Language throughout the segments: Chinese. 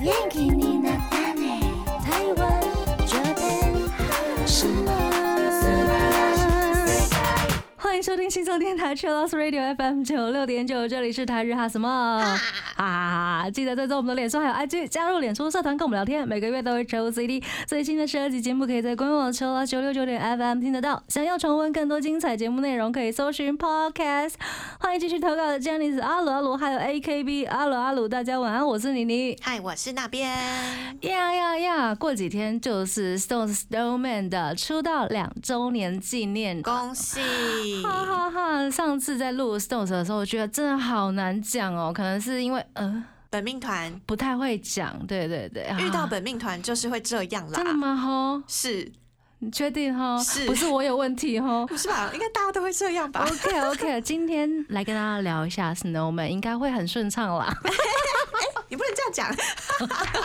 元気になったね台湾这边什么？欢迎收听轻松电台 c h i l l o s Radio FM 九六点九，这里是台日哈什么啊！记得追踪我们的脸书还有 IG，加入脸书社团跟我们聊天，每个月都会抽 CD。最新的十二集节目可以在官网 c h i l l o s 九六九点 FM 听得到。想要重温更多精彩节目内容，可以搜寻 Podcast。欢迎继续投稿的 j a n i c e 阿鲁阿鲁，还有 AKB 阿鲁阿鲁，大家晚安，我是妮妮。嗨，我是那边。呀呀呀！过几天就是 Stone Snowman 的出道两周年纪念恭喜！哈哈哈！上次在录 Stones 的时候，我觉得真的好难讲哦，可能是因为呃本命团不太会讲，对对对，啊遇到本命团就是会这样真的啦，吗？吼，是你确定吼？是不是我有问题 吼不 是吧？应该大家都会这样吧？ ？OK OK，今天来跟大家聊一下 Snowman，应该会很顺畅 啦。哦你不能这样讲。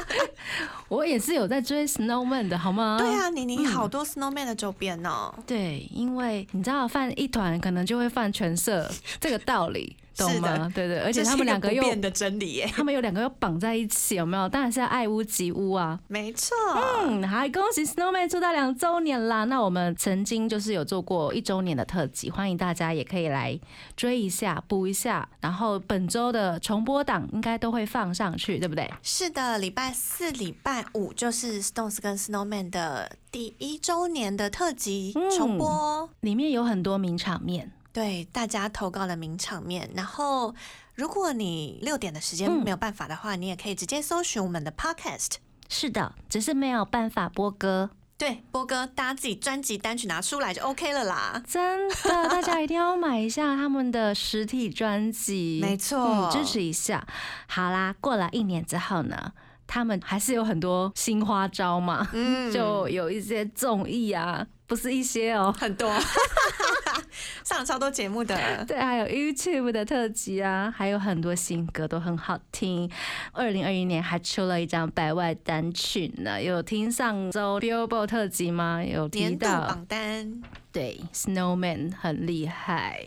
我也是有在追 Snowman 的好吗？对啊，妮嗯妮好多 Snowman 的周边哦。对，因为你知道犯一团可能就会犯全 社，这个道理懂是的吗？对对，而而且他们两个不又变的真理耶，他们有两个又绑在一起，有没有？当然是要爱屋及乌啊。没错。嗯，还恭喜 Snowman 出道两周年啦！那我们曾经就是有做过一周年的特辑，欢迎大家也可以来追一下、补一下。然后本周的重播档应该都会放上去，对不对？是的，礼拜四、礼拜五就是 Stones 跟 Snowman 的第一周年的特辑嗯重播哦。里面有很多名场面，对大家投稿的名场面。然后，如果你六点的时间嗯没有办法的话，你也可以直接搜寻我们的 Podcast。是的，只是没有办法播歌。对，波哥，大家自己专辑单曲拿出来就 OK 了啦。真的，大家一定要买一下他们的实体专辑，没错嗯支持一下。好啦，过了一年之后呢，他们还是有很多新花招嘛，嗯，就有一些综艺啊，不是一些哦、很多， 上了超多节目的。对，还有 YouTube 的特辑啊，还有很多新歌都很好听。二零二一年还出了一张百万单曲呢，有听上周 Billboard 特辑吗？有 提年度到，榜单，对，Snowman 很厉害，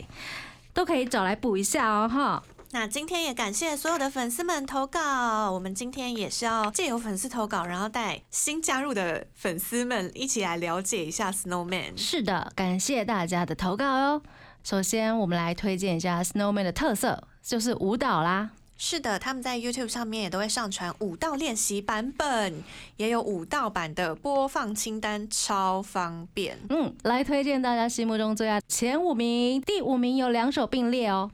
都可以找来补一下哦，哈。那今天也感谢所有的粉丝们投稿。我们今天也是要借由粉丝投稿，然后带新加入的粉丝们一起来了解一下 Snowman。是的，感谢大家的投稿哦。首先，我们来推荐一下 Snowman 的特色，就是舞蹈啦。是的，他们在 YouTube 上面也都会上传舞蹈练习版本，也有舞蹈版的播放清单，超方便。嗯，来推荐大家心目中最爱前五名，第五名有两首并列哦。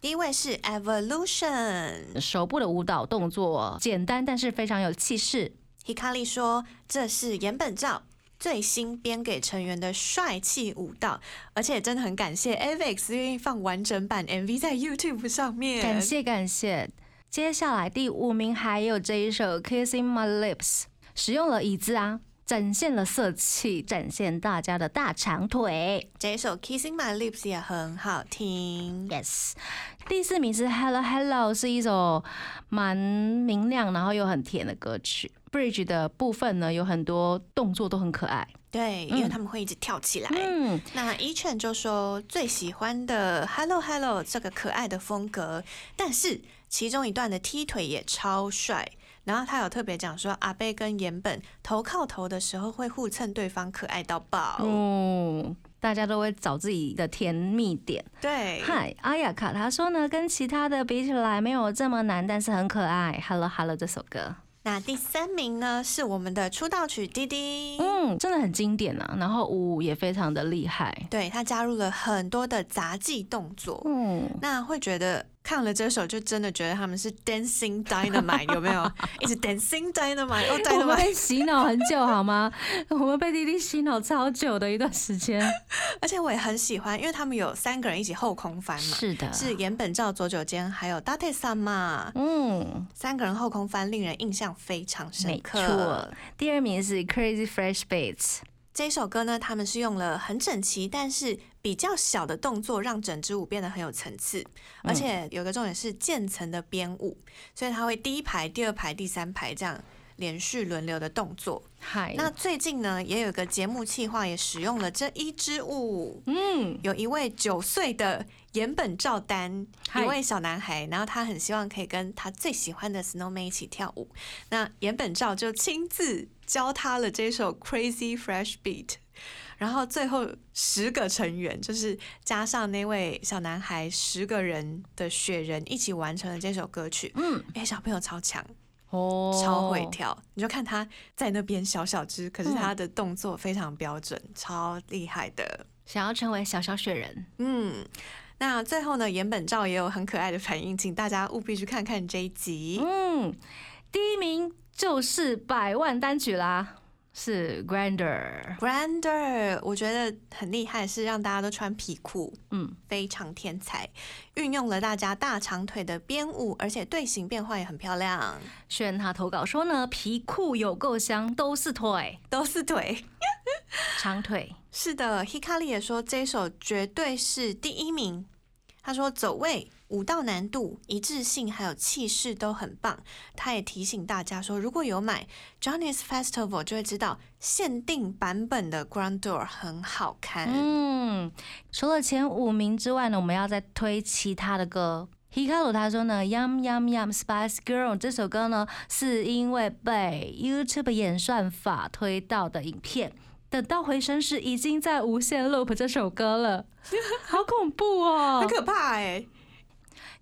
第一位是 Evolution。手部的舞蹈动作简单，但是非常有气势。 Hikari 说：“这是岩本照最新编给成员的帅气舞蹈，而且真的很感谢 Avex 愿意放完整版 MV 在 YouTube 上面。感谢感谢。接下来第五名还有这一首《Kissing My Lips》，使用了椅子啊，展现了色气，展现大家的大长腿。这一首《Kissing My Lips》也很好听。 Yes，第四名是 Hello Hello，是一首蛮明亮，然后又很甜的歌曲。Bridge 的部分呢，有很多动作都很可爱。对，因为他们会一直跳起来。嗯，那一劝就说最喜欢的 Hello Hello 这个可爱的风格，但是其中一段的踢腿也超帅。然后他有特别讲说，阿贝跟岩本头靠头的时候会互蹭对方，可爱到爆。哦，大家都会找自己的甜蜜点。对，嗨，阿雅卡他说呢，跟其他的比起来没有这么难，但是很可爱。Hello Hello 这首歌，那第三名呢是我们的出道曲《滴滴》，嗯，真的很经典啊。然后舞也非常的厉害。对他加入了很多的杂技动作，嗯，那会觉得看了这首就真的觉得他们是 Dancing Dynamite 有没 有？一直 Dancing Dynamite 哦我们 Dynamite，被洗脑很久好吗？ 我们被滴滴洗脑超久的一段时 间。而且我也很喜欢，因为他们有三个人一起后空翻嘛。是的，是岩本照、左久间还有大铁三嘛，嗯，三个人后空翻令人印象非常深没刻。错。第二名是 Crazy Fresh Beats，这首歌呢，他们是用了很整齐，但是比较小的动作，让整支舞变得很有层次。嗯而且有个重点是渐层的编舞，所以它会第一排、第二排、第三排这样连续轮流的动作。嗨，那最近呢，也有一个节目企划也使用了这一支舞。嗯，有一位九岁的岩本照丹，嗨一位小男孩，然后他很希望可以跟他最喜欢的 Snowman 一起跳舞。那岩本照就亲自教他了这首 Crazy Fresh Beat。然后最后十个成员，就是加上那位小男孩，十个人的雪人一起完成了这首歌曲。嗯，哎，小朋友超强，哦，超会跳，你就看他在那边小小只，可是他的动作非常标准，超厉害的。想要成为小小雪人，嗯，那最后呢，岩本照也有很可爱的反应，请大家务必去看看这一集。嗯，第一名就是百万单曲啦，是 Grander， Grander，我觉得很厉害，是让大家都穿皮裤，嗯，非常天才，运用了大家大长腿的编舞，而且队形变化也很漂亮，轩他投稿说呢，皮裤有够香，都是腿，都是腿。长腿，是的，Hikari 也说这首绝对是第一名。他说走位、舞蹈难度、一致性还有气势都很棒。他也提醒大家说，如果有买 Johnny's Festival 就会知道限定版本的 Grandeur 很好看。嗯，除了前五名之外呢，我们要再推其他的歌。Hikaru 他说呢，Yum Yum Yum Spice Girl 这首歌呢，是因为被 YouTube 演算法推到的影片。等到回声时，已经在无限 loop 这首歌 了，好恐怖哦！很可怕哎、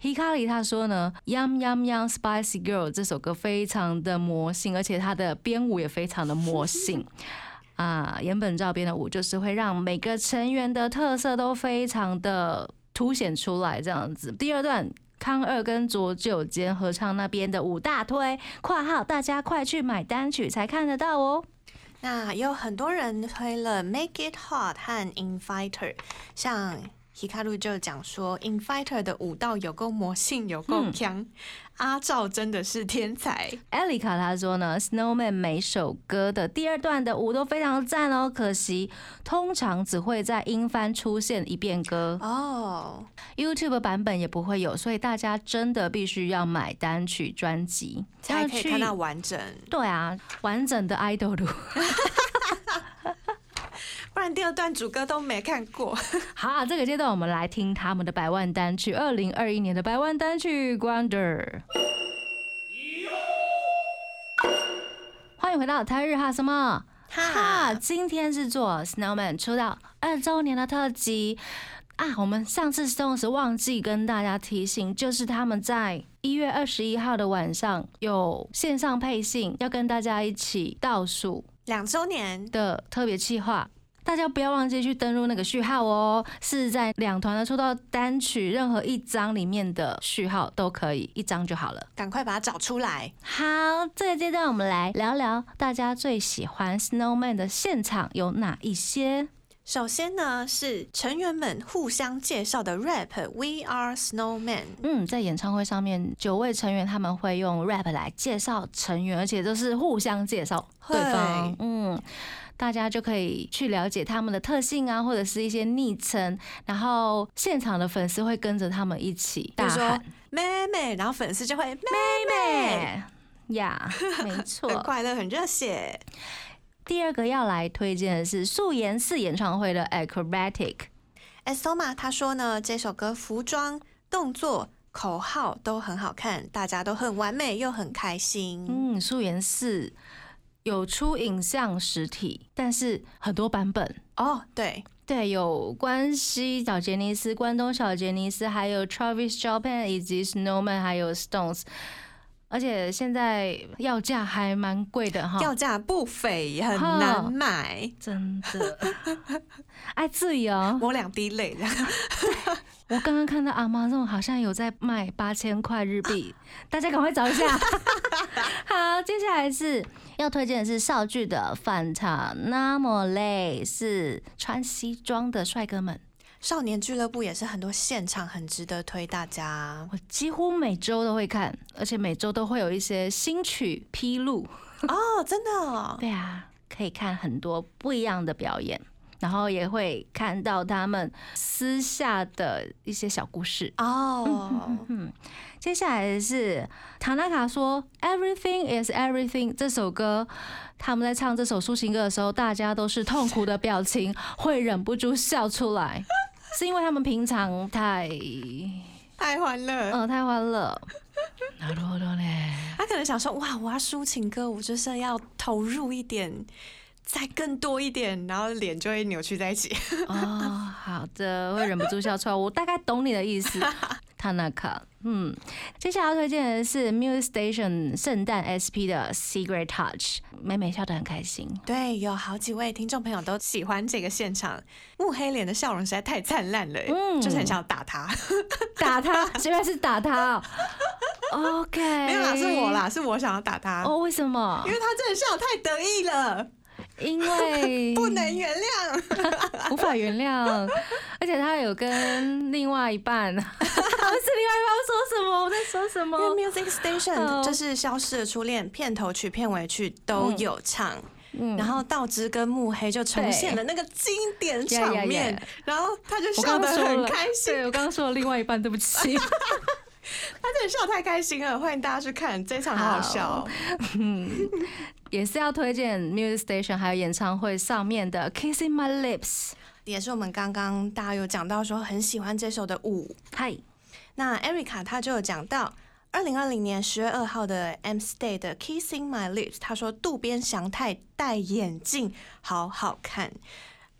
Hikari 他说呢，Yum Yum Yum Spicy Girl 这首歌非常的魔性，而且它的编舞也非常的魔性。啊，原本照编的舞就是会让每个成员的特色都非常的凸显出来，这样子。第二段，康二跟左九间合唱那边的舞大推（括号大家快去买单曲才看得到哦那也有很多人推了 Make It Hot 和 Inviter，像 Hikaru 就讲说 Inviter 的舞蹈有够魔性，有够嗯强，阿照真的是天才。）。艾丽卡她说呢，Snowman 每首歌的第二段的舞都非常赞哦，可惜通常只会在英翻出现一遍歌。哦， YouTube 版本也不会有，所以大家真的必须要买单曲专辑，才可以要去看到完整，对啊，完整的 idol 路。 不然第二段主歌都没看过。好、啊，这个阶段我们来听他们的百万单曲，二零二一年的百万单曲《Grander》。欢迎回到台日哈什么？啊哈，今天是做 Snowman 出道二周年的特辑啊！我们上次 Stones 忘记跟大家提醒，就是他们在一月二十一号的晚上有线上配信，要跟大家一起倒数两周年，的特别企划。大家不要忘记去登录那个序号哦，是在两团的出道单曲任何一张里面的序号都可以，一张就好了。赶快把它找出来。好，这个阶段我们来聊聊大家最喜欢 Snowman 的现场有哪一些。首先呢，是成员们互相介绍的 rap We Are Snowman。嗯，在演唱会上面，九位成员他们会用 rap 来介绍成员，而且都是互相介绍对方会。嗯，大家就可以去了解他们的特性啊，或者是一些昵称，然后现场的粉丝会跟着他们一起比大如说喊妹妹，然后粉丝就会妹“妹”呀， 没很错。快乐，很热血。第二个要来推荐的是素颜四演唱会的 Acrobatic。 Estoma 他说呢，这首歌服装、动作、口号都很好看，大家都很完美又很开心。嗯，素颜四有出影像实体，但是很多版本。哦，对，对，有关西小杰尼斯、关东小杰尼斯，还有 Travis Japan 以及 Snowman，还有 Stones，而且现在要价还蛮贵的哈，要价不菲，也很嗯难买，真的爱自由。抹两滴泪这样。我刚刚看到 Amazon 好像有在卖八千块日币，大家赶快找一下。 好，接下来是要推荐的是少剧的《反差那么累》，是穿西装的帅哥们。少年俱乐部也是很多现场很值得推大家我几乎每周都会看，而且每周都会有一些新曲披露。哦，真的哦、对啊，可以看很多不一样的表演。然后也会看到他们私下的一些小故事。哦，嗯，接下来是塔纳卡说《Everything Is Everything》这首歌，他们在唱这首抒情歌的时候，大家都是痛苦的表情，会忍不住笑出来，是因为他们平常太太欢乐。呃太欢乐。 なるほどね他可能想说，哇，我要抒情歌，我就是要投入一点，再更多一点，然后脸就会扭曲在一 起。 哦，好的，会忍不住笑出来。我大概懂你的意 思。塔纳卡，嗯，接下来要推荐的是 Music Station 圣诞 SP 的 Secret Touch，美美笑得很开心。对，有好几位听众朋友都喜欢这个现场，木黑脸的笑容实在太灿烂了，嗯就是很想打他。打 他，原来是打他、哦。OK，没有啦，是我。啦，是我想要打他，哦，为什么因？为他真的笑得太得意了，因为 不能原谅。无法原谅，而且他有跟另外一半，哦是 另外一半说什么？我在说什么？因为 Music 哦 Station 就是《消失的初恋》片头曲、片尾曲都有唱，嗯然后道之跟木黑就重现了那个经典场 Yeah, yeah, 面 yeah 然后他就我笑刚得刚说很了开，心，对我刚刚说了另外一半，对不起。他真的笑太开心了，欢迎大家去看这场，好好笑哦、也是要推荐 Music Station 还有演唱会上面的 Kissing My Lips。也是我们刚刚大家有讲到说很喜欢这首的舞，嗨，那 Erica 她就有讲到，二零二零年十月二号的 M Stay 的 Kissing My Lips，她说渡边翔太戴眼镜好好看。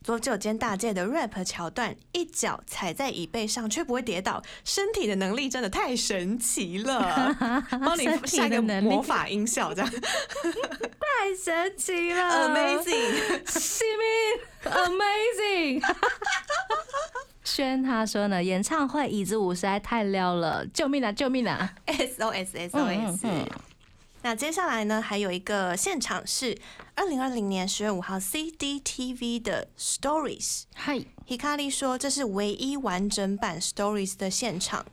左九间大介的 rap 桥段，一脚踩在椅背上却不会跌倒，身体的能力真的太神奇了！ 帮你身体下一的个能力魔法音 效，这样太神奇了 amazing。西米 Amazing。轩他说呢，演唱会椅子舞实在太撩了，救命啊，救命啊！ S O S S O 嗯 S。嗯那接下来呢，还有一个现场是二零二零年十月五号 CDTV 的 Stories。嗨， Hikari 说这是唯一完整版 Stories 的现场。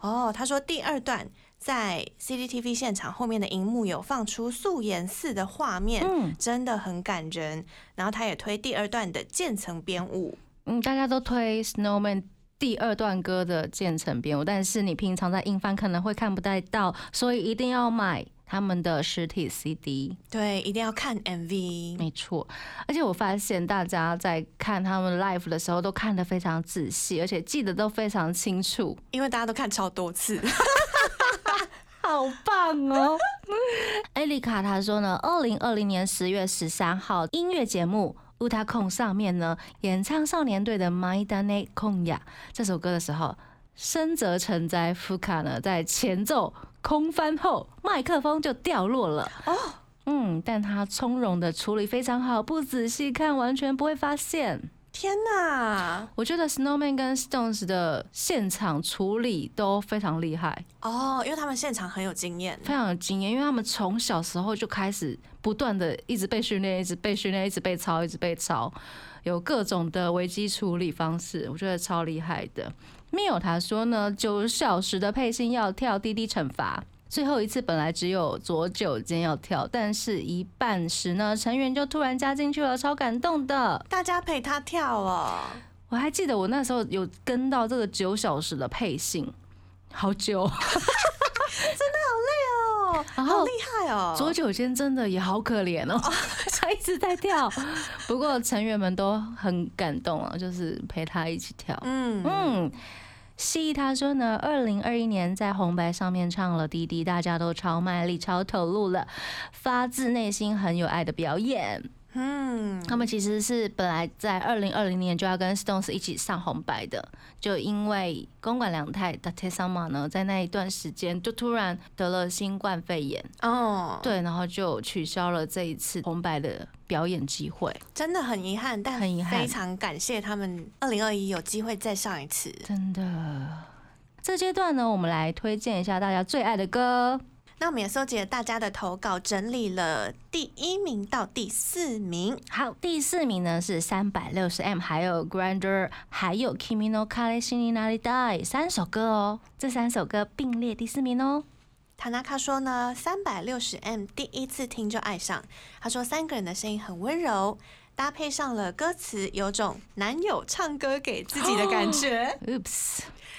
哦，他说第二段在 CCTV 现场后面的荧幕有放出素颜寺的画面，嗯真的很感人。然后他也推第二段的渐层编舞。嗯，大家都推 Snowman。第二段歌的渐层编舞，但是你平常在硬翻可能会看不太到，所以一定要买他们的实体 CD。对，一定要看 MV。没错，而且我发现大家在看他们 live 的时候都看得非常仔细，而且记得都非常清楚，因为大家都看超多 次，好棒哦！ 艾丽卡她说呢，二零二零年十月十三号音乐节目。乌塔控上面呢，演唱少年队的《My d a n e 控雅》这首歌的时候，深泽成哉夫卡呢在前奏空翻后，麦克风就掉落了。哦，嗯，但他从容的处理非常好，不仔细看完全不会发现。天哪！我觉得 Snowman 跟 Stones 的现场处理都非常厉害，哦，因为他们现场很有经验。非常有经验，因为他们从小时候就开始不断的一直被训练，一直被训练，一直被抄，一直被抄，有各种的危机处理方式，我觉得超厉害的。Mio 他说呢，九小时的配信要跳滴滴惩罚。最后一次本来只有左九间要跳，但是一半时呢，成员就突然加进去了，超感动的。大家陪他跳哦，我还记得我那时候有跟到这个九小时的配信，好久。哦，然好后厉害哦！左九间真的也好可怜 哦，他一直在跳。不过成员们都很感动啊，就是陪他一起跳。嗯，嗯，蜥蜴他说呢，二零二一年在红白上面唱了《滴滴》，大家都超卖力、超投入了，发自内心很有爱的表演。嗯，他们其实是本来在二零二零年就要跟 Stones 一起上红白的，就因为公馆良太的 t e s a m a 呢，在那一段时间就突然得了新冠肺炎，哦，对，然后就取消了这一次红白的表演机会，真的很遗憾，但很遗憾非常感谢他们二零二一有机会再上一次。真的。这阶段呢，我们来推荐一下大家最爱的歌。那我们也搜集了大家的投稿，整理了第一名到第四名。好，第四名呢是三百六十 M，还有 Grander，还有 Kimi no Kare s h i n i n a r i Dai 三首歌哦，这三首歌并列第四名哦。塔纳卡说呢，三百六十 M 第一次听就爱上。他说三个人的声音很温柔，搭配上了歌词，有种男友唱歌给自己的 感觉。 Oops，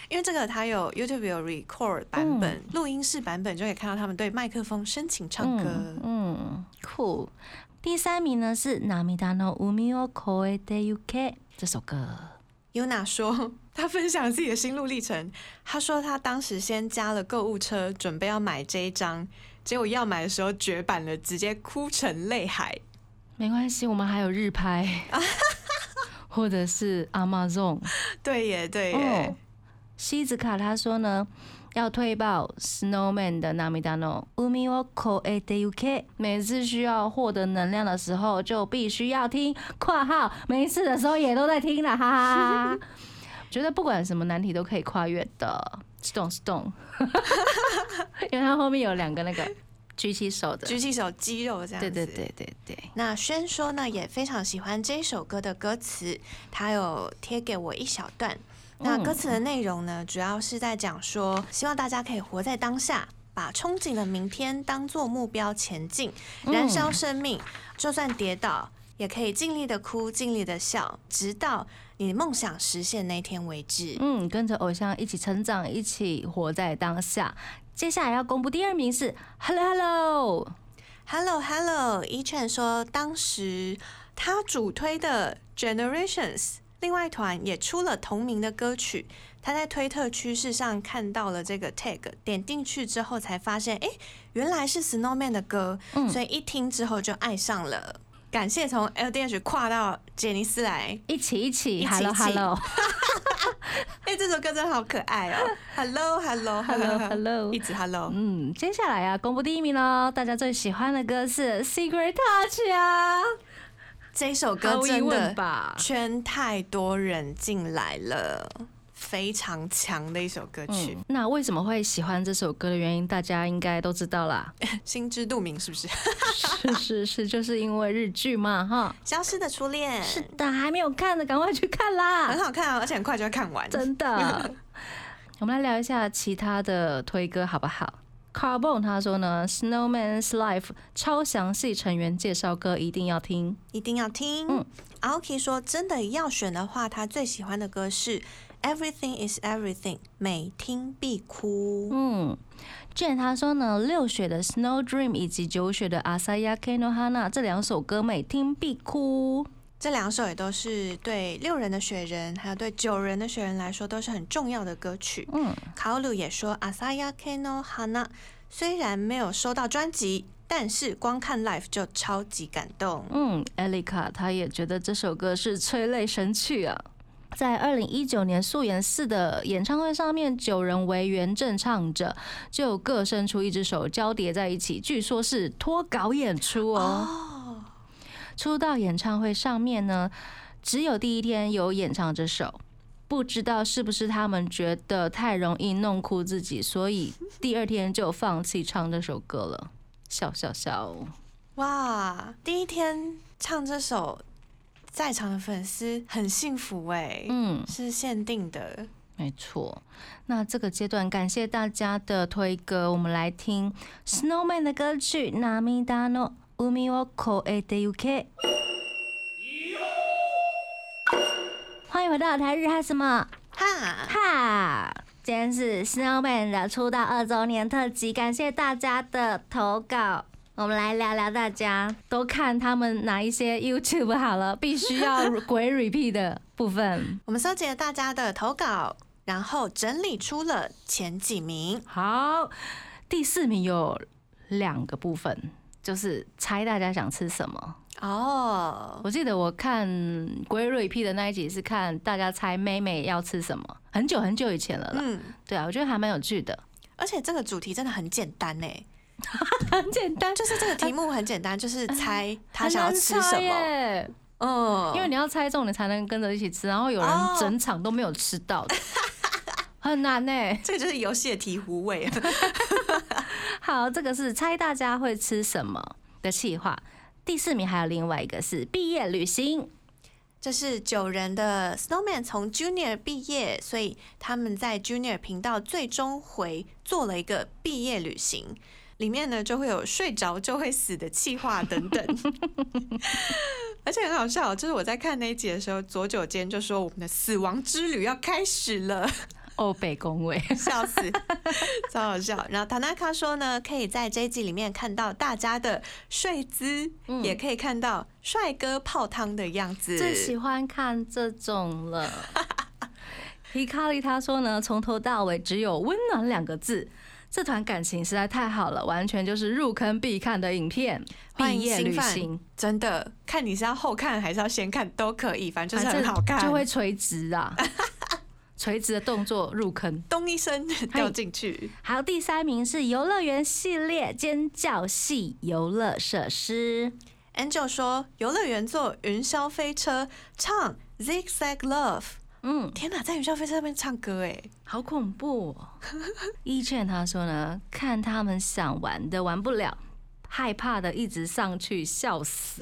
因为这个它有 YouTube 有嗯 record 版本、录音室版本，就可以看到他们对麦克风深情唱歌。嗯，酷。第三名呢是《涙の海を越えてゆけ》这首歌。 Yuna 说， 她分享自己的心路历程。她说，她当时先加了购物车，准备要买这一张，结果要买的时候绝版了，直接哭成泪海。没关系，我们还有日 拍，或者是 Amazon。对耶，对耶，哦，西子卡他说呢，要推爆 Snowman 的 Namidano Umi o Ko E d U K。每次需要获得能量的时候，就必须要听（括号没事的时候也都在听啦，哈哈哈哈。觉得不管什么难题都可以跨越的，Stone Stone，因为它后面有两个那个举起手的，举起手肌肉这样对对子。对对对，那轩说呢，也非常喜欢这首歌的歌词，他有贴给我一小段。那歌词的内容呢，主要是在讲说，希望大家可以活在当下，把憧憬的明天当做目标前进，燃烧生命，就算跌倒，也可以尽力的哭，尽力的笑，直到你梦想实现那天为止。嗯，跟着偶像一起成长，一起活在当下。接下来要公布第二名是 Hello Hello。 Hello Hello，一劝说当时他主推的 Generations 另外一团也出了同名的歌曲。他在推特趋势上看到了这个 tag，点进去之后才发现，哎、原来是 Snowman 的歌，嗯所以一听之后就爱上了。感谢从 LDH 跨到杰尼斯来，一起一起一起，Hello 一起 Hello 哎、这首歌真的好可爱哦、Hello Hello Hello Hello， 一直 Hello。嗯，接下来啊，公布第一名喽，大家最喜欢的歌是《Secret Touch》啊，这首毫歌无疑真的问吧？圈太多人进来了，非常强的一首歌曲嗯，，那为什么会喜欢这首歌的原因，大家应该都知道 啦。心知肚明是不是？是是是，就是因为日剧嘛， 哈。 消失的初恋是的，还没有看的，赶快去看啦很！好看啊，而且很快就要看 完。真的。我们来聊一下其他的推歌好不好？Carbon 他说呢，《Snowman's Life》超详细成员介绍歌一定要听。一定要听。嗯 Aoki 说，真的要选的话，他最喜欢的歌是《Everything Is Everything》，每听必哭。嗯，Jane 他说呢，六雪的《Snow Dream》以及九雪的《Asayake no Hana》这两首歌每听必哭。这两首也都是对六人的雪人，还有对九人的雪人来说，都是很重要的歌曲。嗯，卡鲁也说，Asaya Kano Hana 虽然没有收到专辑，但是光看 live 就超级感动。嗯，Elika 她也觉得这首歌是催泪神曲啊。在二零一九年素颜四的演唱会上面，九人为原正唱者，就各伸出一只手交叠在一起，据说是脱稿演出哦。出道演唱会上面呢，只有第一天有演唱这首，不知道是不是他们觉得太容易弄哭自己，所以第二天就放弃唱这首歌了。笑笑笑，哇，第一天唱这首，在场的粉丝很幸福哎、嗯。是限定的。没错，那这个阶段感谢大家的推歌，我们来听 Snowman 的歌曲《涙の海を越えてゆけ》。欢迎回到台日哈什么哈，哈？今天是 Snowman 的出道二周年特辑，感谢大家的投稿。我们来聊聊大家都看他们哪一些 YouTube 好了，必须要 鬼 repeat 的部分。我们搜集了大家的投稿，然后整理出了前几名。好，第四名有两个部分，就是猜大家想吃什么。哦，我记得我看《鬼瑞 P》的那一集是看大家猜妹妹要吃什么，很久很久以前了啦。嗯，对啊，我觉得还蛮有趣的，而且这个主题真的很简单哎、很简单，就是这个题目很简单，就是猜他想要吃啊很难什猜么。耶嗯，因为你要猜中，你才能跟着一起吃。然后有人哦整场都没有吃到的 很难呢、 这个就是游戏的醍醐味。 好，这个是猜大家会吃什么的计划。第四名还有另外一个是毕业旅行。这是九人的 Snowman 从 Junior 毕业，所以他们在 Junior 频道最终回做了一个毕业旅行。里面呢就会有睡着就会死的气话 等等。而且很好笑，就是我在看那一集的时候，左九间就说我们的死亡之旅要开始了，哦，被恭维，笑死， 超好笑。然后塔纳卡说呢，可以在这一集里面看到大家的睡姿，嗯也可以看到帅哥泡汤的样子。最喜欢看这种 了。皮卡利他说呢，从头到尾只有温暖两个字。这团感情实在太好了，完全就是入坑必看的影片。欢迎毕业新旅饭行，真的，看你是要后看还是要先看都可以，反正就是反很正好看，就会垂直 啊，垂直的动作入坑。咚一声掉进去。还有第三名是游乐园系列尖叫系游乐设施， Angel 说，游乐园坐云霄飞车，唱 Zig Zag Love。嗯，天哪，在云霄飞车上面唱歌哎，好恐怖、哦。一劝他说呢，看他们想玩的玩不了。害怕的一直上去笑死，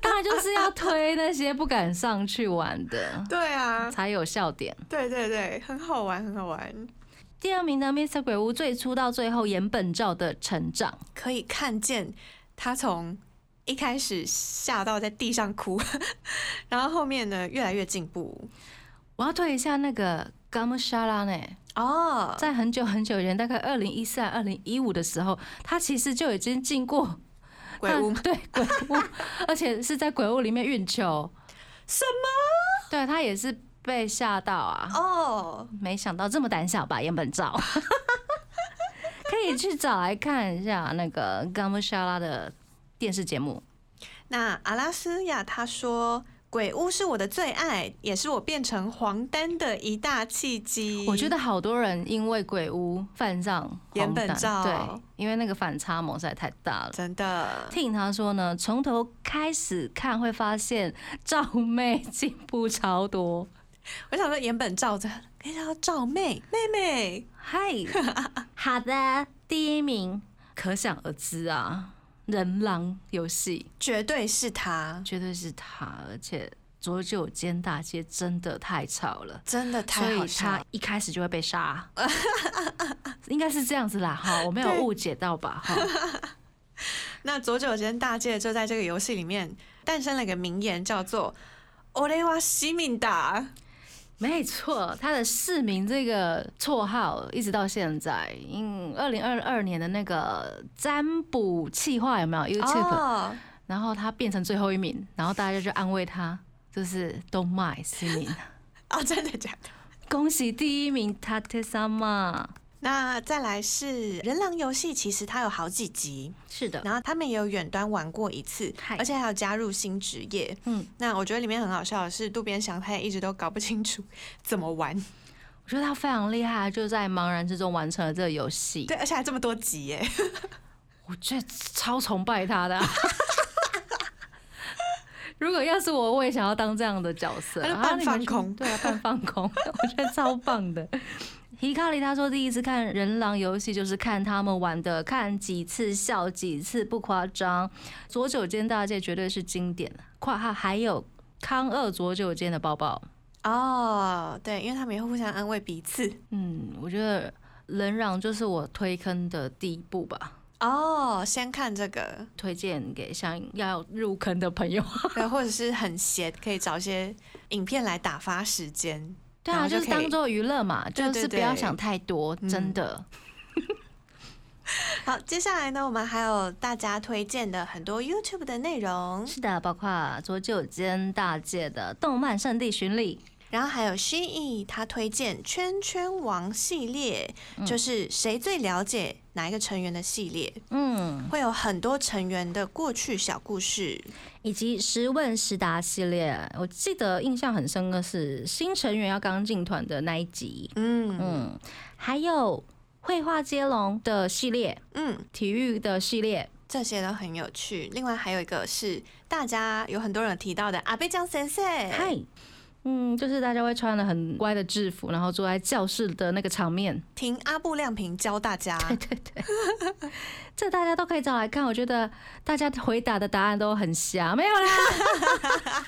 当然就是要推那些不敢上去玩的， 对啊，才有笑点。对对对，很好玩，很好玩，第二名的 Mr. 鬼屋最初到最后岩本照的成长，可以看见他从一开始吓到在地上哭， 然后后面呢越来越进步我要推一下那个 g a m u s h a r a 呢，哦，在很久很久以前，大概二零一四、啊二零一五的时候，他其实就已经进过鬼屋他嗯对 鬼屋，而且是在鬼屋里面运球。什对他也是被吓到啊，么哦，没想到这么胆小吧？岩本照， 可以去找来看一下那个《冈姆沙拉》的电视节目。那阿拉斯亚他说。鬼屋是我的最爱，也是我变成黄丹的一大契机。我觉得好多人因为鬼屋犯上岩本黄疸照对，因为那个反差萌实在太大了。真的，听他说呢，从头开始看会发现赵妹进步超多。我想说岩本照着，可以叫她照妹妹妹，嗨， 好的，第一名，可想而知啊，人狼游戏绝对是她，绝对是他，而且左九间大街真的太吵了。真的所太好以笑了他。一开始就会被 杀，应该是这样子啦，哈，我没有对误解到吧， 哈，那左九间大介就在这个游戏里面诞生了一个名言，叫做 “Ole wa s i m i n d a 没错，他的市民这个绰号一直到现在，嗯，二零二二年的那个占卜气划有没有 YouTube？、哦， 然后他变成最后一名，然后大家就安慰他，就是东麦市民，哦，真的假的？ 恭喜第一名塔特萨玛。那再来是人狼游戏，其实它有好几集，是的，然后他们也有远端玩过一次嗯嗨，而且还有加入新职业。嗯，那我觉得里面很好笑的是，渡边翔太一直都搞不清楚怎么玩，我觉得他非常厉害，就在茫然之中完成了这个游戏。对，而且还这么多集耶。我觉得超崇拜他的啊、 如果要是我，我也想要当这样的角色，他就啊半你们放去空对啊，半放空， 我觉得超棒的。皮卡里他说，第一次看人狼游戏就是看他们玩的，看几次笑几次，不夸张。左九间大界绝对是经典，括号还有康二左九间的包包，哦，对，因为他们也会互相安慰彼此。嗯，我觉得人狼就是我推坑的第一步吧，哦，先看这个，推荐给想要入坑的朋友。 对，或者是很闲，可以找一些影片来打发时间。对然啊，后就就是可以当做娱乐嘛，对就对是不要对嗯想太多，真的。好，接下来呢，我们还有大家推荐的很多 YouTube 的内容，是的，包括左九间大介的动漫圣地巡礼，然后还有 She 他推荐《圈圈王》系列，就是谁最了解哪一个成员的系列，嗯，会有很多成员的过去小故事。以及十问十答系列。我记得印象很深刻是新成员要刚进团的那一集，嗯嗯，还有绘画接龙的系列，嗯，体育的系列，这些都很有趣。另外还有一个是大家有很多人提到的阿贝酱先生，嗨。嗯，就是大家会穿的很乖的制服，然后坐在教室的那个场面，听阿布亮平教大家。这大家都可以找来看，我觉得大家回答的答案都很瞎，没有啦，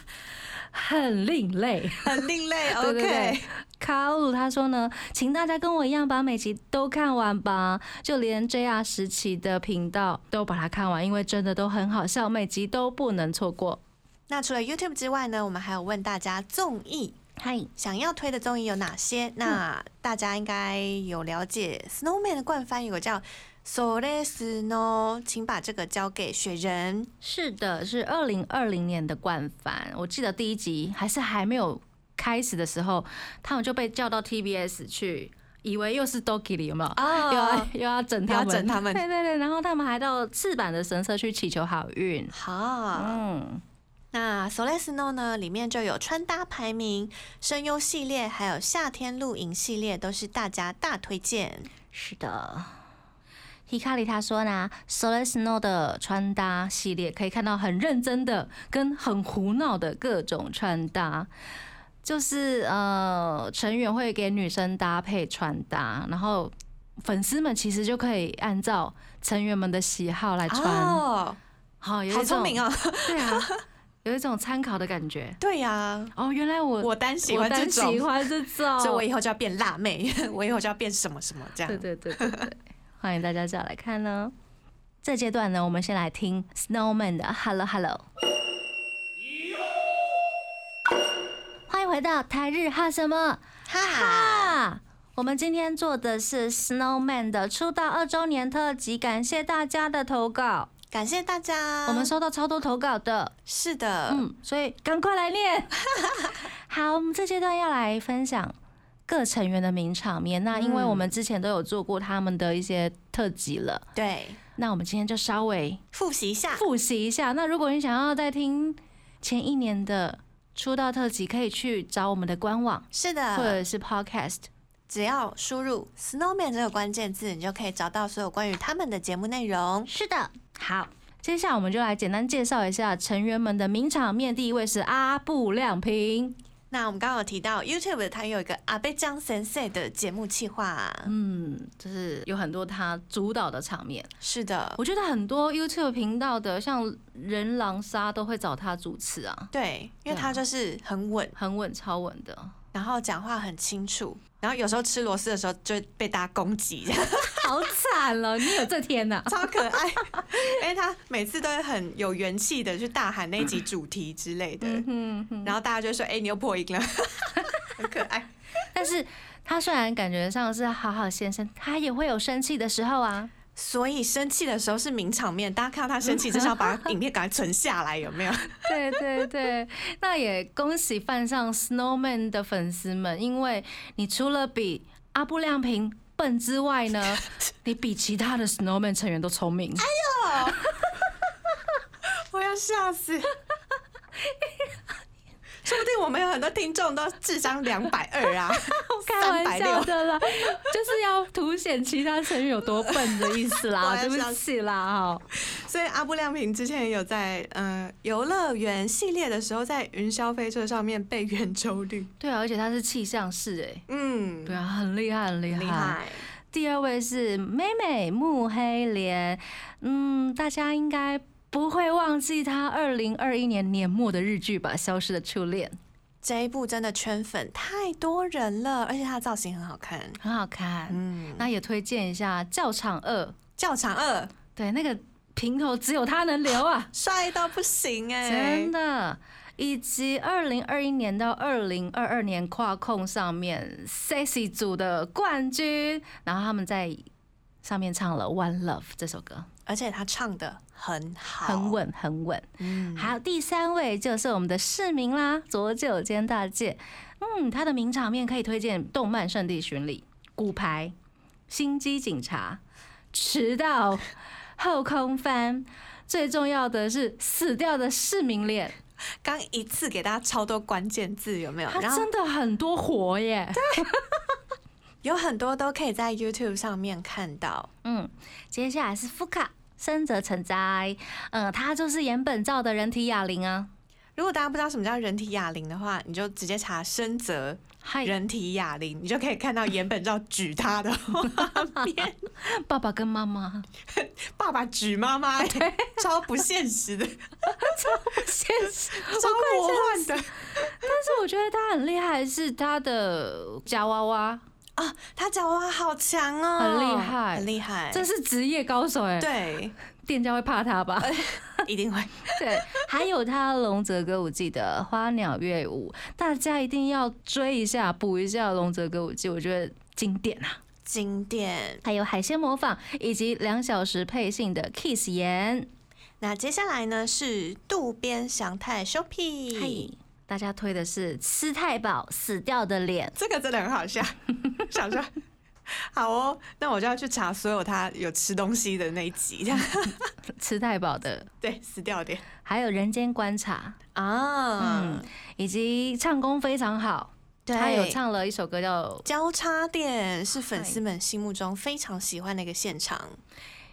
很另类。 很另类。对对 OK，对卡鲁他说呢，请大家跟我一样把每集都看完吧，就连 JR 时期的频道都把它看完，因为真的都很好笑，每集都不能错过。那除了 YouTube 之外呢，我们还有问大家综艺嗨，想要推的综艺有哪些？嗯那大家应该有了解，Snowman 的冠翻有个叫 Sole Snow，请把这个交给雪人。是的，是二零二零年的冠番，我记得第一集还是还没有开始的时候，他们就被叫到 TBS 去，以为又是 Doki 里有没有？啊又要嗯又要整他要们，整他们对对对，然后他们还到赤坂的神社去祈求好运。好，嗯，那 Sole Snow 呢，里面就有穿搭排名、声优系列，还有夏天露营系列，都是大家大推荐。是的。Hikari 他说呢 s o l e Snow 的穿搭系列可以看到很认真的跟很胡闹的各种穿搭，就是呃成员会给女生搭配穿搭，然后粉丝们其实就可以按照成员们的喜好来穿，好、哦，有好一聪种、明哦！ 对 啊，有一种参考的感觉。对呀、哦，原来我我单喜欢我这单种喜，欢这种， 所以我以后就要变辣妹， 我以后就要变什么什么这样。哦对对对对对，欢迎大家再来看呢。这阶段呢，我们先来听 Snowman 的 Hello Hello。欢迎回到台日哈什么哈哈，哈。我们今天做的是 Snowman 的出道二周年特辑，感谢大家的投稿，感谢大家。我们收到超多投稿的，是的，嗯，所以赶快来 念。好，我们这阶段要来分享各成员的名场面。那因为我们之前都有做过他们的一些特辑了，对，那我们今天就稍微复习一下。复习一下。那如果你想要再听前一年的出道特辑，可以去找我们的官网是或的，者是 Podcast。只要输入 “snowman” 这个关键字，你就可以找到所有关于他们的节目内容。是的，好。接下来我们就来简单介绍一下成员们的名场面。第一位是阿布亮平，那我们刚刚有提到 YouTube，它有一个阿贝江先生的节目企划。嗯，就是有很多他主导的场面。是的，我觉得很多 YouTube 频道的像人狼杀都会找他主持啊，对，因为他就是很稳，很稳，超稳的，然后讲话很清楚，然后有时候吃螺丝的时候就被大家攻击，这样好惨了，你有这天呐、 超可爱。因为他每次都会很有元气的去大喊那一集主题之类的，嗯哼。然后大家就说：“哎、你又破音了， 很可爱。”但是他虽然感觉上是好好先生，他也会有生气的时候啊。所以生气的时候是名场面，大家看到他生气，就是要把影片赶快存下来，有 没有？对对对，那也恭喜犯上 Snowman 的粉丝们，因为你除了比阿布亮平笨之外呢，你比其他的 Snowman 成员都聪明。我要笑死！ 说不定我们有很多听众都智商两百二 啊，开三玩百笑六。的啦， 就是要凸显其他成员有多笨的意思 我啦，要对笑不死起啦哈、所以阿布亮平之前也有在呃游乐园系列的时候，在云霄飞车上面被圆周率，对啊，而且他是气象室哎、嗯，对啊，很厉害，很厉害。厉害。第二位是妹妹慕黑莲，嗯，大家应该不会忘记她二零二一年年末的日剧吧，《消失的初恋这一部真的圈粉太多人了，而且它的造型很好看。》很好看，嗯，那也推荐一下《教场二》，教场二对，那个平头只有他能留啊。帅到不行哎、真的，以及二零二一年到二零二二年跨控上面 Sexy 组的冠军，然后他们在上面唱了《One Love》这首歌，而且他唱的很好，很。稳很稳。嗯，还有第三位就是我们的市民啦，左九间大介，嗯，他的名场面可以推荐《动漫圣地巡礼》《骨牌》《心机警察》《迟到》《后空翻》，最重要的是死掉的市民脸。刚一次给大家超多关键字，有没有？他然后真的很多活耶。有很多都可以在 YouTube 上面看到。嗯，接下来是福卡深泽成哉，嗯，他就是岩本照的人体哑铃啊。如果大家不知道什么叫人体哑铃的话，你就直接查深泽嗨，人体哑铃，你就可以看到岩本照举他的 画面，爸爸跟妈妈，爸爸举妈妈， 超不现实的，现实超魔幻的。太是我觉得他很厉害，是他的夹娃娃啊，他夹娃娃好强哦，很厉害很厉害，真是职业高手哎，对，店家会怕他吧？一定会。 对，还有他龙泽歌舞伎的花鸟乐舞，大家一定要追一下，补一下龙泽歌舞伎，我觉得经典啊。经典。还有海鲜模仿以及两小时配信的 Kiss 言，那接下来呢是渡边祥太 s h o p 嘿 i，大家推的是吃太饱死掉的脸，这个真的很好笑， 想说。好哦，那我就要去查所有他有吃东西的那一集， 这样 吃太饱的，对死掉点还有人间观察，啊嗯，以及唱功非常好，对，他有唱了一首歌叫，交叉点是粉丝们心目中非常喜欢的一个现场，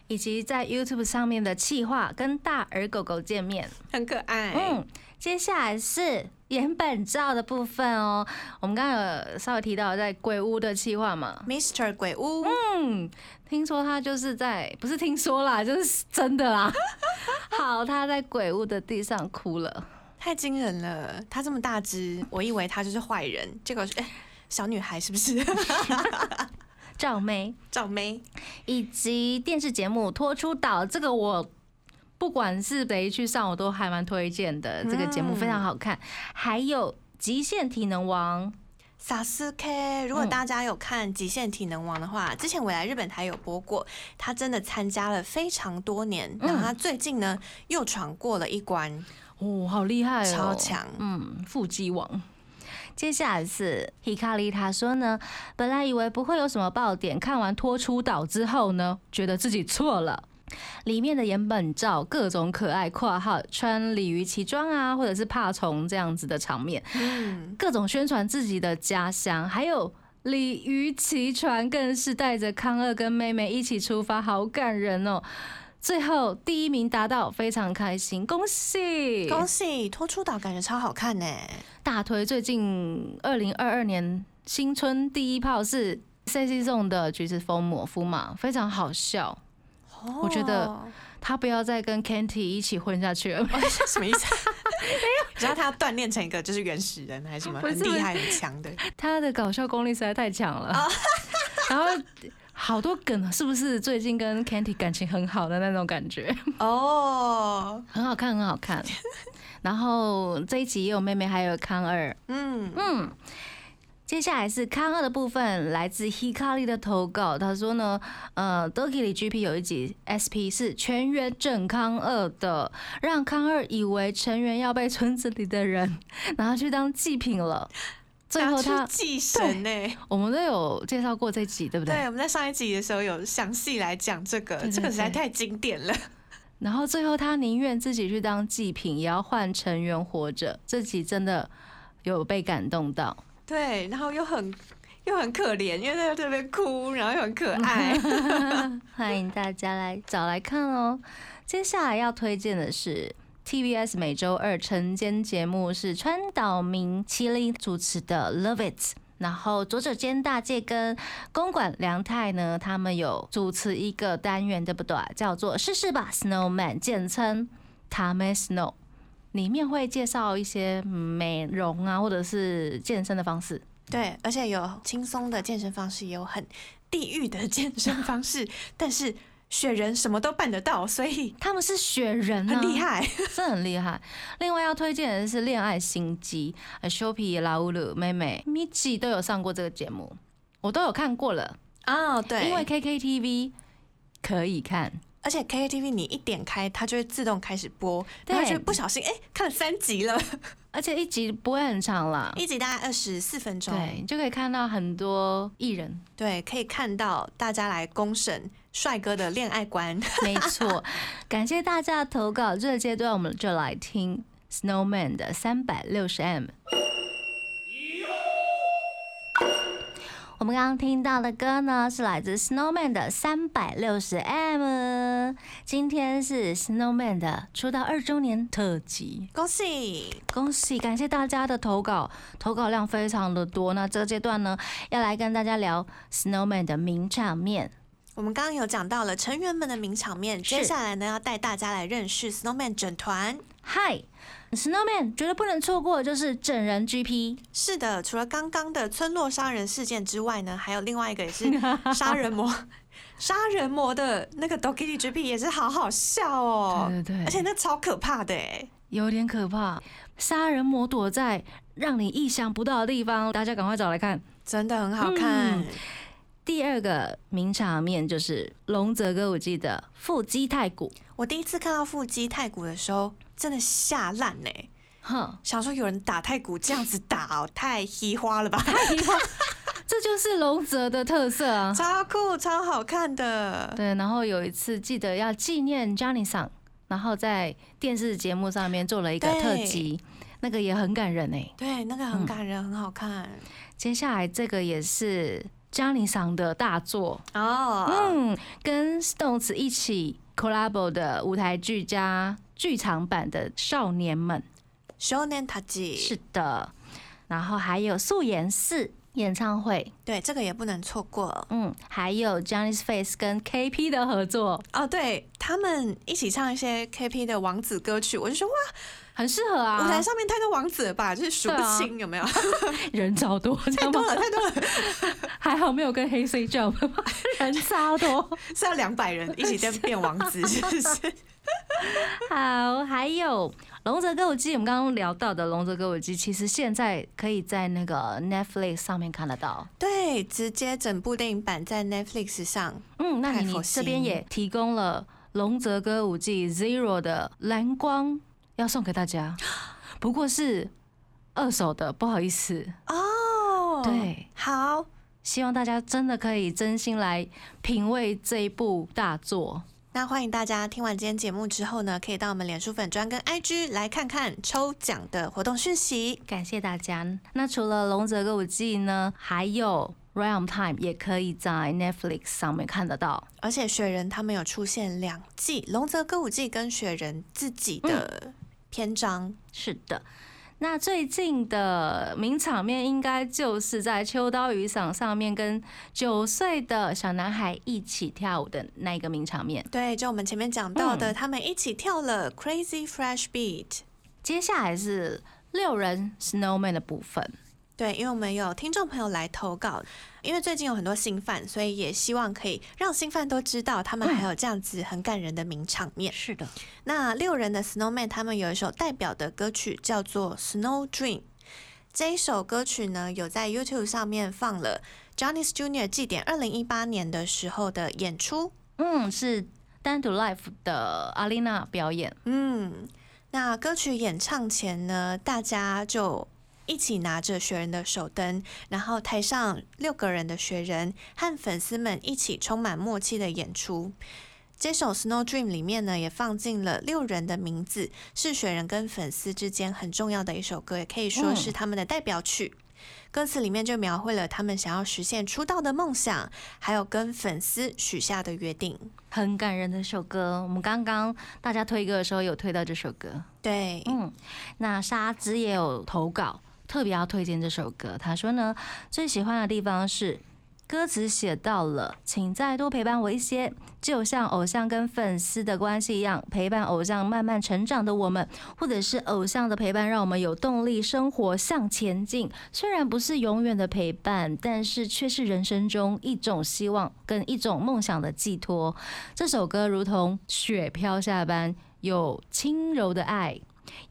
以及在 YouTube 上面的企划跟大耳狗狗见面。很可爱。嗯，接下来是原本照的部分哦。我们刚刚有稍微提到在鬼屋的企划嘛， Mr. 鬼屋，嗯，听说他就是在，不是听说啦， 就是真的 啦。好，他在鬼屋的地上哭了，太惊人了！他这么大只，我以为他就是坏人，结果是、哎小女孩是不是？ 赵薇赵妹，以及电视节目《拖出岛》，这个我。不管是北一去上，我都还蛮推荐的。这个节目非常好看，还有《极限体能王》，萨斯 K，如果嗯大家有看《极限体能王》的话，之前我来日本台有播过，他真的参加了非常多年，然后他最近呢又闯过了一关，哦，好厉害哦，超强嗯，腹肌王。接下来是 Hikari，他说呢，本来以为不会有什么爆点，看完《脱出岛》之后呢，觉得自己错了。里面的岩本照各种可爱（括号穿鲤鱼鳍装啊，或者是怕虫这样子的场面）， 嗯，各种宣传自己的家乡，还有鲤鱼鳍船更是带着康二跟妹妹一起出发，好感人哦。最后第一名达到，非常开心，恭喜！恭喜脱出岛，感觉超好看呢、大推最近二零二二年新春第一炮是 C C 送的《橘子疯魔夫》嘛，非常好笑。我觉得哦 他不要再跟 Kanty 一起混下去了， 什么意思？ 你知道他要锻炼成一个就是原始人还是什么不是很厉害很强 的？他的搞笑功力实在太强了。 然后好多梗，是不是最近跟 Kanty 感情很好的那种感觉？哦，很好看，很好 看。然后这一集也有妹妹，还有康二。嗯，嗯，接下来是康二的部分，来自 Hikari 的投稿。他说呢，呃，Doki 里 GP 有一集 SP 是全员整康二的，让康二以为成员要被村子里的人 拿去当祭品了。最后拿他去，祭神呢、我们都有介绍过这集，对不对？对，我们在上一集的时候有详细来讲这个，对对这个实在对太经典了。然后最后他宁愿自己去当祭品，也要换成员活着。这集真的有被感动到。 对，然后又很又很可怜，因为在这边哭，然后又很可爱。欢迎大家来找来看哦。接下来要推荐的是 TBS 每周二晨间节目是川岛明麒麟主持的《Love It》。然后佐者间大介跟公馆良太呢，他们有主持一个单元，对不对？叫做“试试吧 Snowman”，简称 Tame Snow。里面会介绍一些美容啊，或者是健身的方式。 对，而且有轻松的健身方式，也有很地狱的健身方式，但是雪人什么都办得到，所以他们是雪人、啊，很厉害。这很厉害。另外要推荐的是《恋爱心机》，呃，Shopi、拉乌鲁、妹妹、Michi 都有上过这个节目，我都有看过了，哦，对，因为 KKTV 可以看。而且 KTV 你一点开，它就会自动开始播，然后对就不小心哎、看了三集 了，而且一集不会很长啦，一集大概二十四分钟。对，你就可以看到很多艺人，对，可以看到大家来公审帅哥的恋爱观。 没错。感谢大家的投稿，这个阶段我们就来听 Snowman 的三百六十 M。我们刚刚听到的歌呢，是来自 Snowman 的《三百六十 M》。今天是 Snowman 的出道二周年特辑，恭喜！恭喜！感谢大家的投稿，投稿量非常的多。那这个阶段呢，要来跟大家聊 Snowman 的名场面。我们刚刚有讲到了成员们的名场面，是接下来呢要带大家来认识 Snowman 整团。嗨，Snowman 绝对不能错过，就是整人 GP。是的，除了刚刚的村落杀人事件之外呢，还有另外一个 也是杀人魔，杀人魔的那个 Doki GP 也是好好笑哦，对对对而且那超可怕的哎。有点可怕，杀人魔躲在让你意想不到的地方，大家赶快找来看。真的很好看，嗯第二个名场面就是龙泽歌舞伎的腹肌太鼓，我第一次看到腹肌太鼓的时候，真的吓烂哎、哼，想说有人打太鼓这样子打哦，太稀 花了吧？哎这就是龙泽的特色啊。超酷，超好看的。对，然后有一次记得要纪念 Johnny 桑，然后在电视节目上面做了一个对特辑，那个也很感人哎、对，那个很感人，很好看接下来这个也是 Johnny 桑的大作，哦。嗯，跟 Stones 一起 collabo 的舞台剧加剧场版的《少年们》，少年塔吉是的，然后还有素颜四演唱会，对这个也不能错过嗯，还有 Johnny's Face 跟 KP 的合作，哦。对他们一起唱一些 KP 的王子歌曲，我就说哇，很适合舞台啊，上面太多王子了吧，就是数不对啊清有没 有？人超多，太太多 了，太多了，还好没有跟黑 C jump，人 超多。是要两百人一起变变王 子，是不是？好，还有龙泽歌舞伎，我们刚刚聊到的龙泽歌舞伎，其实现在可以在那个 Netflix 上面看得到。对，直接整部电影版在 Netflix 上。嗯，那太你佛这心边也提供了龙泽歌舞伎 Zero 的蓝光要送给大家，不过是二手的，不好意思。哦，对，好，希望大家真的可以真心来品味这一部大作。那欢迎大家听完今天节目之后呢，可以到我们脸书粉专跟 IG 来看看抽奖的活动讯息。感谢大家。那除了《龙泽歌舞伎》呢，还有《Realm Time》也可以在 Netflix 上面看得到。而且雪人他们有出现两季《龙泽歌舞伎》跟雪人自己的篇章，是的。那最近的名场面应该就是在秋刀鱼赏上面跟九岁的小男孩一起跳舞的那一个名场面。对，就我们前面讲到的，嗯他们一起跳了 Crazy Fresh Beat。接下来是六人 Snowman 的部分。对，因为我们有听众朋友来投稿，因为最近有很多新犯，所以也希望可以让新犯都知道，他们还有这样子很感人的名场面。是的，那六人的 Snowman 他们有一首代表的歌曲叫做《Snow Dream》。这一首歌曲呢，有在 YouTube 上面放了 Johnny's Junior 祭典二零一八年的时候的演出。嗯，是单独 Life 的阿丽娜表演。嗯，那歌曲演唱前呢，大家就一起拿着学人的手灯，然后台上六个人的学人和粉丝们一起充满默契的演出。这首《Snow Dream》里面呢，也放进了六人的名字，是雪人跟粉丝之间很重要的一首歌，也可以说是他们的代表曲。歌词里面就描绘了他们想要实现出道的梦想，还有跟粉丝许下的约定。很感人的一首歌，我们刚刚大家推歌的时候有推到这首歌，对，嗯，那沙之也有投稿，特别要推荐这首歌。他说呢，最喜欢的地方是歌词写到了，请再多陪伴我一些，就像偶像跟粉丝的关系一样，陪伴偶像慢慢成长的我们，或者是偶像的陪伴，让我们有动力生活向前进。虽然不是永远的陪伴，但是却是人生中一种希望跟一种梦想的寄托。这首歌如同雪飘下般，有轻柔的爱，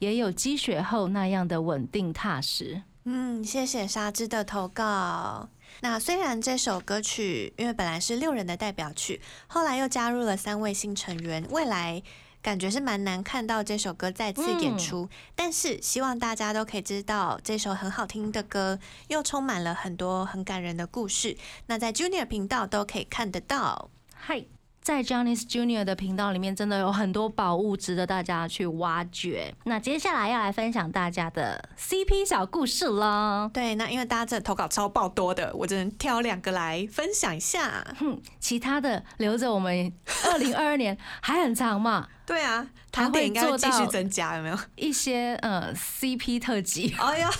也有积雪后那样的稳定踏实。嗯，谢谢沙之的投稿。那虽然这首歌曲因为本来是六人的代表曲，后来又加入了三位新成员，未来感觉是蛮难看到这首歌再次嗯演出，但是希望大家都可以知道这首很好听的歌，又充满了很多很感人的故事。那在 Junior 频道都可以看得到。嗨，在 Johnny's Junior 的频道里面，真的有很多宝物值得大家去挖掘。那接下来要来分享大家的 CP 小故事了。对，那因为大家这投稿超爆多的，我只能挑两个来分享一下。哼，其他的留着我们二零二二年还很长嘛，对啊，他糖点会应该做会继续到增加，有没有？一些呃 CP 特 辑哎呀，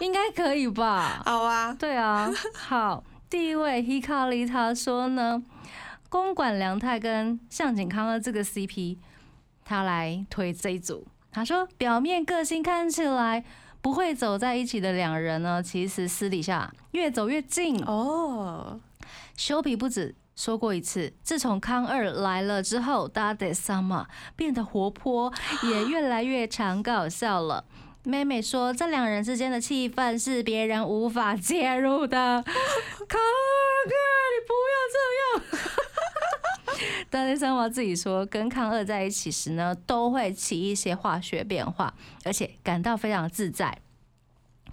应该可以吧？好啊，对啊，好。第一位 Hikari 他说呢，公馆良太跟向井康二这个 CP，他来推这一组。他说，表面个性看起来不会走在一起的两人呢，其实私底下越走越近。哦，修皮不止说过一次，自从康二来了之后，d a d s u m m e r 变得活泼，也越来越常搞笑了。妹妹说，这两人之间的气氛是别人无法介入的。 康二哥，你不要这样。 大内三娃自己说，跟康二在一起时呢，都会起一些化学变化，而且感到非常自在。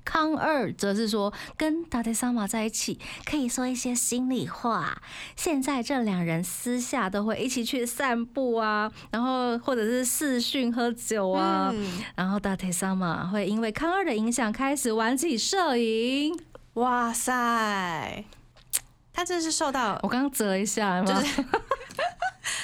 康二则是说，跟达德桑玛在一起可以说一些心里话。现在这两人私下都会一起去散步啊，然后或者是视讯喝酒啊。嗯，然后达特桑玛会因为康二的影响开始玩起摄影。哇塞，他真是受到我刚刚折了一下，有没有就是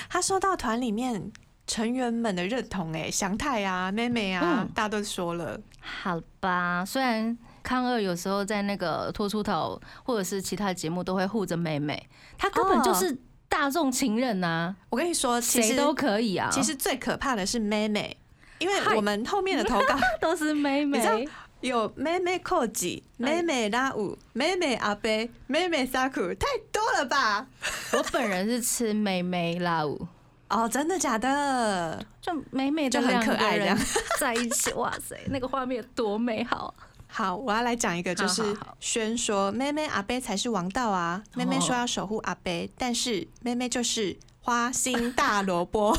他受到团里面成员们的认同哎，祥太啊、妹妹啊，嗯大家都说了，好吧，虽然康二有时候在那个拖出头或者是其他节目都会护着妹妹，他根本就哦是大众情人呐、我跟你说，啊，其谁实都可以啊，其实最可怕的是妹妹，因嗨为我们后面的投 稿都是妹妹你知。道有妹妹扣吉、妹妹拉舞、妹妹阿贝、妹妹萨库，太多了吧？我本人是吃妹妹辣舞，哦，真的假的？就美美的就很两个可爱这人样在一起，哇塞，那个画面有多美好啊！好，我要来讲一个，就好是好好轩说妹妹阿贝才是王道啊，妹妹说要守护阿贝，但是妹妹就是花心大萝 卜，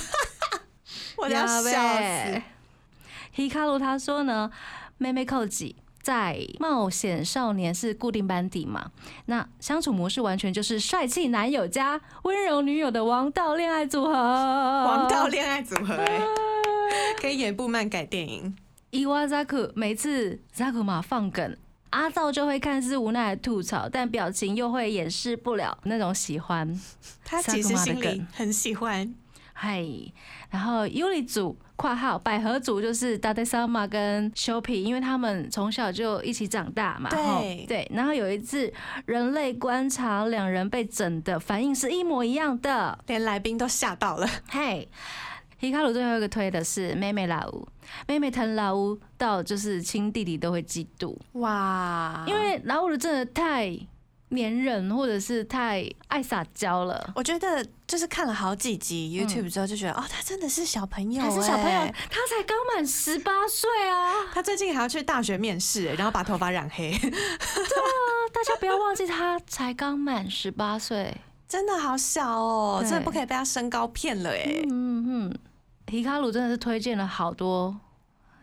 我要笑死。。黑卡路他说呢，妹妹寇吉在冒险少年是固定班底嘛，那相处模式完全就是帅气男友加温柔女友的王道恋爱组合。王王道恋爱组合、 欸，可以演部漫改电影。伊瓦扎克每次扎克玛放梗，阿造就会看似无奈的吐槽，但表情又会掩饰不了那种喜欢。他其实 Sakuma 的心里梗很喜欢，嗨，然后尤里组（括号百合组）就是大代萨玛跟修皮，因为他们从小就一起长大嘛。对吼对，然后有一次人类观察两人被整的反应是一模一样的。连来宾都吓到了。嘿，皮卡鲁最后一个推的是妹妹老屋，妹妹疼老屋到就是亲弟弟都会嫉妒。哇因为老五的真的太黏人，或者是太爱撒娇了。我觉得就是看了好几集 YouTube 之后，就觉得、哦，他真的是小朋友、欸，他是小朋友，他才刚满十八岁啊！他最近还要去大学面试、欸然后把头发染黑，大家不要忘记，他才刚满十八岁。真的好小哦，对真的不可以被他身高骗了哎、嗯嗯，皮卡鲁真的是推荐了好多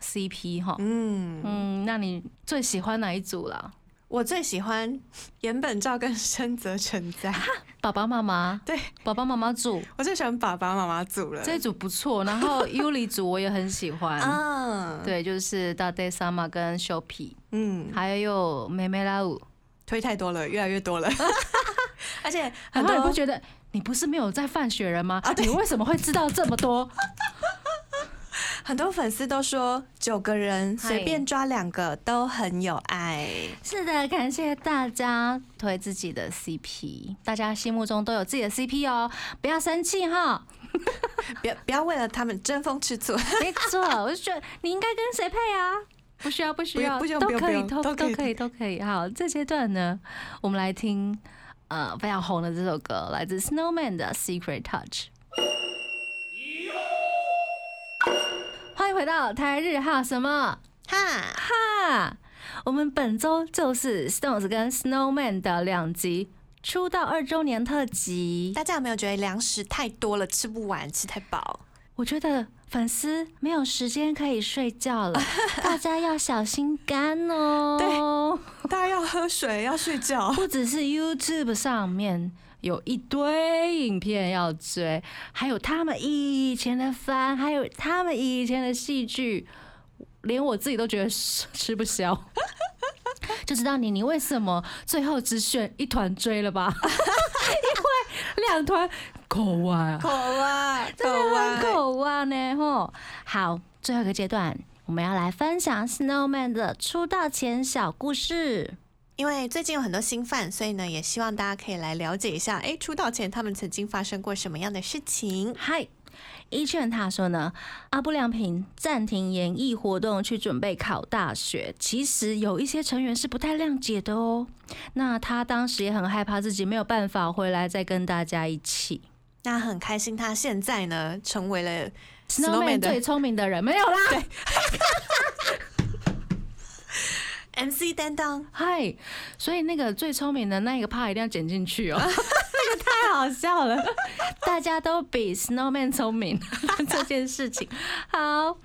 CP 哈。嗯，嗯，那你最喜欢哪一组啦？我最喜欢岩本照跟深泽成 哉，爸爸妈妈，对爸爸妈妈组我最喜欢爸爸妈妈组了。这一组不错，然 后尤里组我也很喜欢。嗯，，对，就是大 day 萨玛跟修皮，嗯，还有妹妹拉舞。推太多了，越来越 多了，而且然很啊后你不多觉得你不是没有在犯雪人吗？啊对你为什么会知道这么多？很多粉丝都说九个人嗨随便抓两个都很有爱，是的，感谢大家推自己的 CP，大家心目中都有自己的 CP 哦，不要生气 哈。不要不要为了他们争风吃醋， 没错，我就觉得你应该跟谁配啊？不需要，不需要，不用都不用可以，不都用都可都以可以，都可以。好，这阶段呢，我们来听呃非常红的这首歌，来自 Snowman 的《Secret Touch》。欢迎回到台日哈什么？哈，啊，我们本周就是 Stones 跟 Snowman 的两集出道二周年特辑。大家有没有觉得粮食太多了，吃不完，吃太 饱？我觉得粉丝没有时间可以睡觉了，大家要小心肝哦。大家要喝水，要睡觉。 不只是 YouTube 上面。有一堆影片要追，还有他们以前的番，还有他们以前的戏剧，连我自己都觉得吃吃不消， 就知道你你为什么最后只选一团追了吧？ 因为两团口啊， 口啊，口很啊，口啊呢吼。好，最后一个阶段，我们要来分享 Snowman 的出道前小故事。因为最近有很多新犯，所以呢，也希望大家可以来了解一下，哎，出道前他们曾经发生过什么样的事情。嗨，一劝他说呢，阿布良平暂停演艺活动去准备考大学。其实有一些成员是不太谅解的哦。那他当时也很害怕自己没有办法回来再跟大家一起。那很开心，他现在呢成为了 Snowman Snowman 最的聪明的人没有啦。 MC 担当。嗨，所以那个最聪明的那一个 part 一定要剪进去 哦，那个太好笑了。 大家都比 Snowman 聪明这件事情。好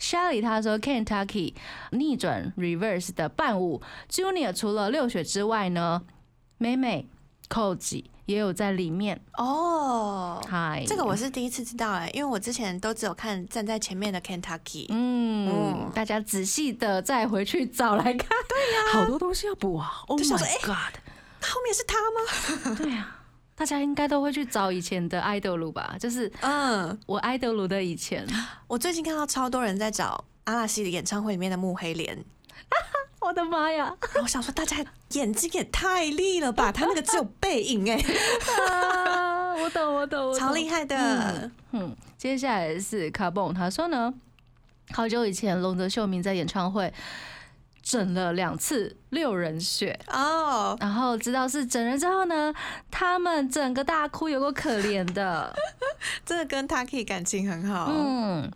，Shelly 她说 Kentucky 逆转 Reverse 的伴舞 Junior 除了六雪之外呢，美美、寇吉也有在里面。哦，嗨，这个我是第一次知道哎、因为我之前都只有看站在前面的 Kentucky。嗯，大家仔细的再回去找来看。对呀、好多东西要补啊。Oh 就想说 my god！后面是他吗？对啊，大家应该都会去找以前的爱豆鲁吧，就是嗯，我爱豆鲁的以前。我最近看到超多人在找阿拉西的演唱会里面的木黑莲， 我的妈呀！然后我想说大家眼睛也太利了吧，他那个只有背影哎、啊我懂，我 懂，我懂，超厉害的。嗯，接下来是卡蹦，他说呢，好久以前龙泽秀明在演唱会整了两次六人血，哦，然后知道是整人之后呢，他们整个大哭，有够可怜的。真的跟 Taki 感情很好。嗯，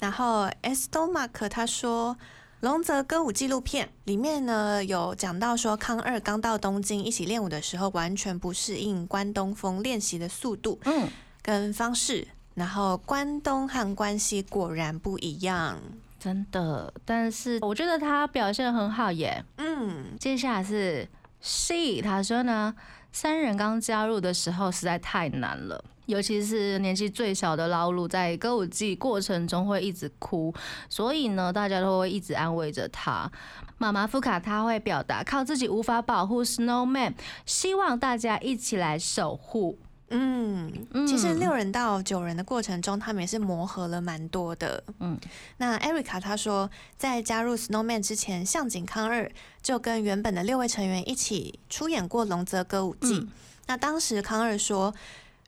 然后 Estomac 他说。龙泽歌舞纪录片里面呢，有讲到说康二刚到东京一起练舞的时候，完全不适应关东风练习的速度嗯，跟方式，然后关东和关西果然不一样。真的，但是我觉得他表现很好耶。嗯，接下来是 C，他说呢，三人刚加入的时候实在太难了。尤其是年纪最小的老鲁，在歌舞伎过程中会一直哭，所以呢，大家都会一直安慰着他。妈妈福卡他会表达靠自己无法保护 Snowman，希望大家一起来守护。嗯，其实六人到九人的过程中，他们也是磨合了蛮多的。嗯嗯，那 Erica 她说，在加入 Snowman 之前，向井康二就跟原本的六位成员一起出演过《龙泽歌舞伎》那当时康二说，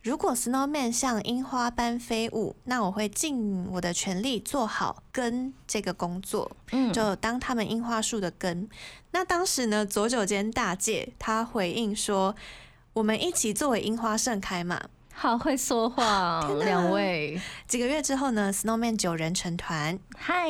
如果 Snowman 像樱花般飞舞，那我会尽我的全力做好根这个工作。嗯，就当他们樱花树的根。那当时呢，左九间大介他回应说：“我们一起作为樱花盛开嘛。好会说话哦，天哪两位。”几个月之后呢，Snowman 九人成团。嗨，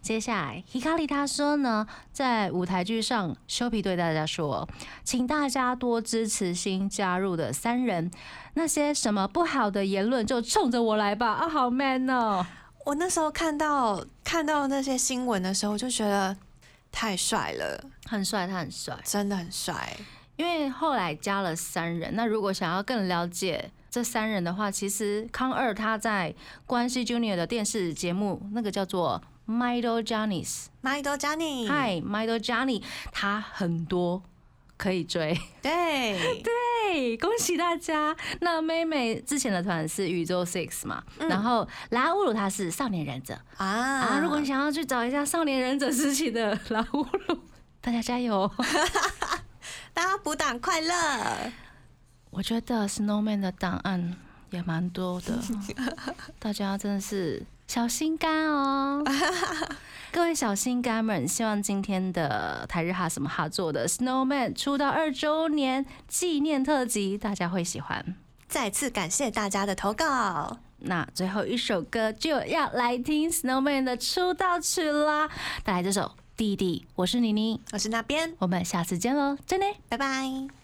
接下来 Hikari 他说呢，在舞台剧上，修皮对大家说，请大家多支持新加入的三人，那些什么不好的言论就冲着我来吧！啊，好 man 哦！我那时候看到看到那些新闻的时候，我就觉得太帅了，很帅，他很帅。真的很帅。因为后来加了三人，那如果想要更了解这三人的话，其实康二他在关系 Junior 的电视节目，那个叫做 My Idol Johnny's， My d o Johnny，，嗨，My Idol Johnny，他很多可以追。对对，对，恭喜大家！那妹妹之前的团是宇宙 Six 嘛，然后拉乌鲁他是少年忍者啊啊。如果你想要去找一下少年忍者时期的 拉乌鲁，大家加油！大家补档快乐，我觉得 Snowman 的档案也蛮多 的，大家真的是小心肝哦。 各位小心肝们，希望今天的台日哈什么哈做的 Snowman 出道二周年纪念特辑，大家会喜欢。再次感谢大家的投稿。那最后一首歌就要来听 Snowman 的出道曲啦，带来这首《弟弟》，我是妮妮，我是那边，我们下次见喽，真的。拜拜。